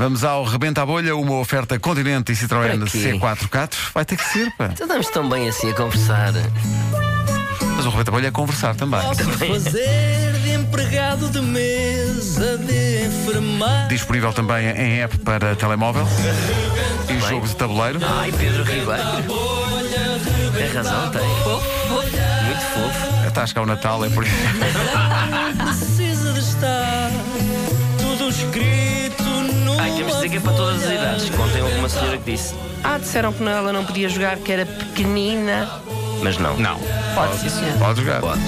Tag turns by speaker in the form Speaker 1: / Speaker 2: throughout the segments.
Speaker 1: Vamos ao Rebenta a Bolha, uma oferta Continente e Citroën
Speaker 2: Para quê?
Speaker 1: C4 Catos. Vai ter que ser, pá.
Speaker 2: Estamos tão bem assim a conversar.
Speaker 1: Mas o Rebenta a Bolha é conversar também.
Speaker 3: Posso fazer de empregado de mesa, de enfermagem.
Speaker 1: Disponível também em app para telemóvel e jogo de tabuleiro.
Speaker 2: Ai, Pedro Ribeiro. Tem razão, tem. Muito fofo.
Speaker 1: Está a chegar o Natal, é por isso.
Speaker 3: Precisa de estar tudo escrito numa
Speaker 2: Ai, temos de dizer que é para todas as idades. Contem alguma senhora que disse. Ah, disseram que ela não podia jogar, que era pequenina. Mas não. Não. Pode, sim, senhor.
Speaker 1: Pode jogar.
Speaker 2: Pode.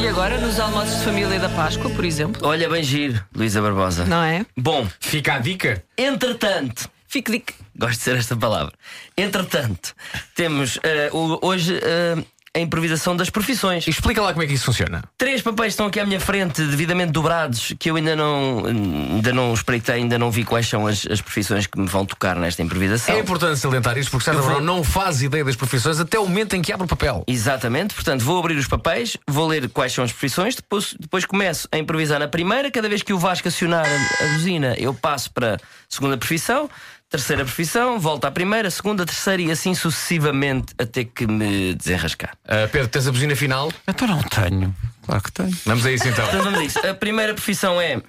Speaker 4: E agora nos almoços de família da Páscoa, por exemplo,
Speaker 2: Olha, bem giro, Luísa Barbosa.
Speaker 4: não é?
Speaker 2: Bom,
Speaker 5: Fica a dica.
Speaker 2: entretanto.
Speaker 4: Fique de que
Speaker 2: Gosto de ser esta palavra. Entretanto, temos eh, o- hoje eh, a improvisação das profissões.
Speaker 5: Explica lá como é que isso funciona.
Speaker 2: Três papéis estão aqui à minha frente, devidamente dobrados, que eu ainda não, ainda não espreitei, ainda não vi quais são as, as profissões que me vão tocar nesta improvisação.
Speaker 5: É importante salientar isto porque Sandra
Speaker 2: Então, Eu vou-
Speaker 5: Brown não faz ideia das profissões até o momento em que abre o papel.
Speaker 2: Exatamente, portanto vou abrir os papéis, vou ler quais são as profissões, depois, depois começo a improvisar na primeira. Cada vez que o Vasco acionar a, a buzina, eu passo para a segunda profissão, terceira profissão, volto à primeira, segunda, terceira e assim sucessivamente até que me desenrascar.
Speaker 5: Ah, Pedro, tens a buzina final?
Speaker 1: Então não tenho. Claro que tenho.
Speaker 5: Vamos a isso então.
Speaker 2: Portanto, vamos a isso. A primeira profissão é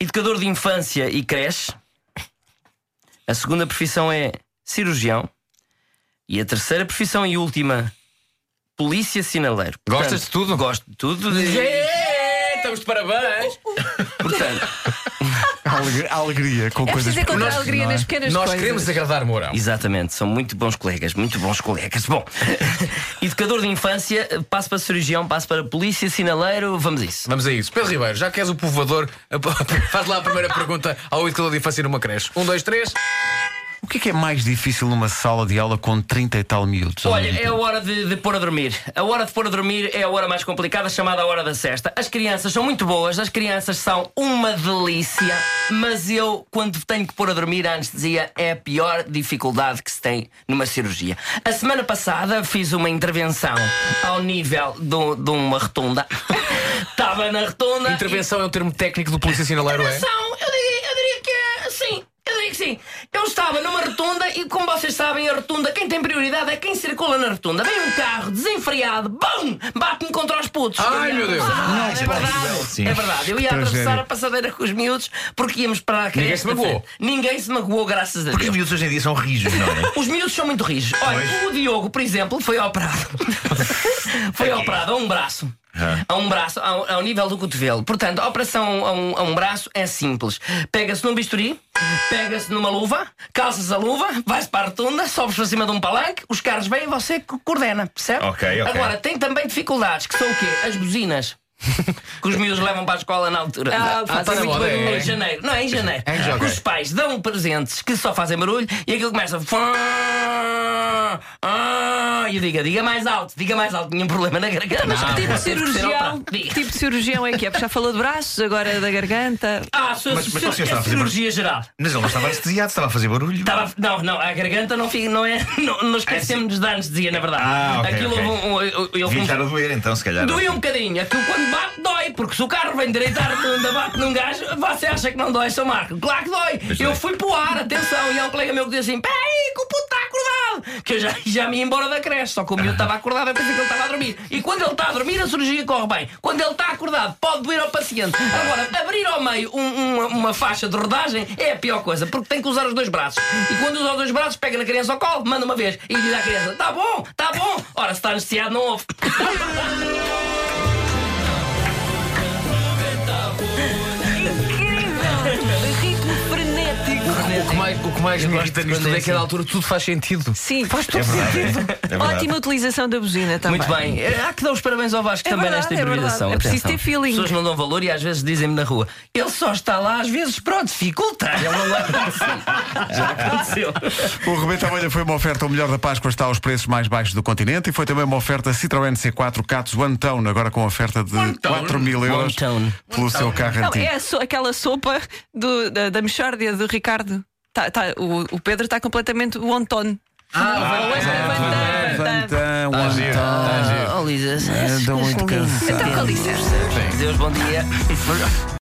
Speaker 2: educador de infância e creche. A segunda profissão é cirurgião. E a terceira profissão e última, polícia sinaleiro.
Speaker 5: Gostas de tudo?
Speaker 2: Gosto de tudo.
Speaker 5: Yeah, Estamos de parabéns!
Speaker 2: Portanto,
Speaker 1: Alegria, alegria com
Speaker 4: É
Speaker 1: coisas
Speaker 4: preciso
Speaker 1: pequenas,
Speaker 4: encontrar alegria
Speaker 1: não é?
Speaker 4: nas pequenas
Speaker 5: Nós
Speaker 4: coisas.
Speaker 5: queremos agradar Mourão.
Speaker 2: exatamente, são muito bons colegas, muito bons colegas. Bom, educador de infância, passo para cirurgião, passo para polícia sinaleiro, vamos a isso.
Speaker 5: Vamos a isso. Pedro Ribeiro, já que és o povoador, faz lá a primeira pergunta ao educador de infância numa creche. Um, dois, três.
Speaker 1: O que é que é mais difícil numa sala de aula com 30 e tal miúdos?
Speaker 2: Olha, é a hora de, de pôr a dormir. A hora de pôr a dormir é a hora mais complicada, chamada a hora da cesta. As crianças são muito boas, as crianças são uma delícia, mas eu, quando tenho que pôr a dormir, a anestesia é a pior dificuldade que se tem numa cirurgia. A semana passada fiz uma intervenção ao nível do- de uma rotunda. Estava na rotunda. e-
Speaker 5: Intervenção é um termo técnico do polícia sinaleiro, é?
Speaker 2: são, eu diria, eu diria que é sim. Eu diria que sim. Eu estava numa rotunda e, como vocês sabem, a rotunda, quem tem prioridade é quem circula na rotunda. Vem um carro desenfreado, bum! Bate-me contra os putos.
Speaker 5: Ai,
Speaker 2: Eu ia-
Speaker 5: meu Deus.
Speaker 2: Ah, é verdade.
Speaker 1: Sim.
Speaker 2: É verdade. Eu ia
Speaker 1: Que
Speaker 2: atravessar
Speaker 1: tragédia.
Speaker 2: a passadeira com os miúdos porque íamos para a creche
Speaker 5: se
Speaker 2: da
Speaker 5: magoou.
Speaker 2: frente. Ninguém se magoou, graças a
Speaker 6: Porque os
Speaker 2: Deus.
Speaker 6: miúdos hoje em dia são rijos, não é?
Speaker 2: Os miúdos são muito rijos. Olha, o Diogo, por exemplo, foi operado. foi
Speaker 6: É.
Speaker 2: operado a um braço. A um braço, ao, ao nível do cotovelo. Portanto, a operação a um, a um braço é simples. Pega-se num bisturi, pega-se numa luva, calças a luva, vai-se para a rotunda, sobes para cima de um palanque, os carros vêm e você co- coordena, percebe?
Speaker 6: Ok, ok.
Speaker 2: Agora, tem também dificuldades, que são o quê? As buzinas. Que os miúdos levam para a escola na altura.
Speaker 4: Ah,
Speaker 2: Ah,
Speaker 4: faz
Speaker 2: tá na
Speaker 5: muito
Speaker 2: moda,
Speaker 5: barulho.
Speaker 2: é. Em janeiro. Não, é em janeiro.
Speaker 5: É em janeiro,
Speaker 2: Que
Speaker 5: ok.
Speaker 2: Os pais dão presentes que só fazem barulho e aquilo começa. Ah, E eu digo, diga mais alto, diga mais alto, tinha um problema na garganta.
Speaker 4: Mas que tipo de
Speaker 2: Teve que ser
Speaker 4: cirurgião?
Speaker 2: operado. Diga.
Speaker 4: Que tipo de cirurgião é que é? Porque já falou de braços, agora da garganta.
Speaker 2: Ah, sou
Speaker 6: Mas- mas o senhor está a fazer
Speaker 2: cirurgia geral.
Speaker 6: Mas ele não estava anestesiado, estava a fazer barulho.
Speaker 2: Estava- não, não, a garganta não, fica, não é. Não, não esquecemos de anestesia, na verdade.
Speaker 6: assim. Ah, ok,
Speaker 2: Aquilo
Speaker 6: ok.
Speaker 2: houve um- eu- eu-
Speaker 6: Devia
Speaker 2: eu-
Speaker 6: estar a doer, então, se calhar.
Speaker 2: Doía um bocadinho, aquilo quando bate dói, porque se o carro vem direitar a bunda, bate num gajo, você acha que não dói, seu Marco? Claro que dói! eu
Speaker 6: dói.
Speaker 2: fui para o ar, atenção, e há um colega meu que diz assim: peraí, que o puto está acordado! Que eu já, já me ia embora da creche, só que o miúdo estava acordado, eu pensei que ele estava a dormir. E quando ele está a dormir, a cirurgia corre bem. Quando ele está acordado, pode doer ao paciente. Agora, abrir ao meio um- uma, uma faixa de rodagem é a pior coisa, porque tem que usar os dois braços. E quando usa os dois braços, pega na criança ao colo, manda uma vez e diz à criança: tá bom, tá bom! Ora, se está anestesiado, não ouve.
Speaker 4: Incrível! Ritmo frenético.
Speaker 5: O que mais, o que mais me irrita nisto tudo é que
Speaker 2: assim.
Speaker 5: a altura tudo faz sentido.
Speaker 4: Sim, faz todo
Speaker 6: É
Speaker 4: sentido.
Speaker 6: verdade.
Speaker 4: Ótima utilização da buzina também.
Speaker 2: Muito bem. Eh, Há que dar os parabéns ao Vasco
Speaker 4: Tá É
Speaker 2: também
Speaker 4: verdade,
Speaker 2: nesta
Speaker 4: é verdade.
Speaker 2: improvisação.
Speaker 4: É preciso
Speaker 2: Atenção.
Speaker 4: ter feeling.
Speaker 2: As pessoas não dão valor e às vezes dizem-me na rua: ele só está lá, às vezes, pronto, dificulta. Ele não Já aconteceu.
Speaker 1: O Rebenta a Bolha foi uma oferta, o melhor da Páscoa está aos preços mais baixos do continente e foi também uma oferta Citroën C4 Catos One Tone, agora com oferta de 4 mil euros
Speaker 2: One Tone. Então,
Speaker 1: pelo seu carro
Speaker 4: Não,
Speaker 1: antigo.
Speaker 4: é a so- aquela sopa do- da, da mexórdia do
Speaker 2: é
Speaker 4: Ricardo. Tá- tá- o, o Pedro está completamente o António. Ah, ah,
Speaker 1: Antão,
Speaker 5: Tá giro, tá giro.
Speaker 2: Oh, Lisa,
Speaker 1: Andam muito cansados.
Speaker 4: Então, com licença.
Speaker 2: Deus, bom dia.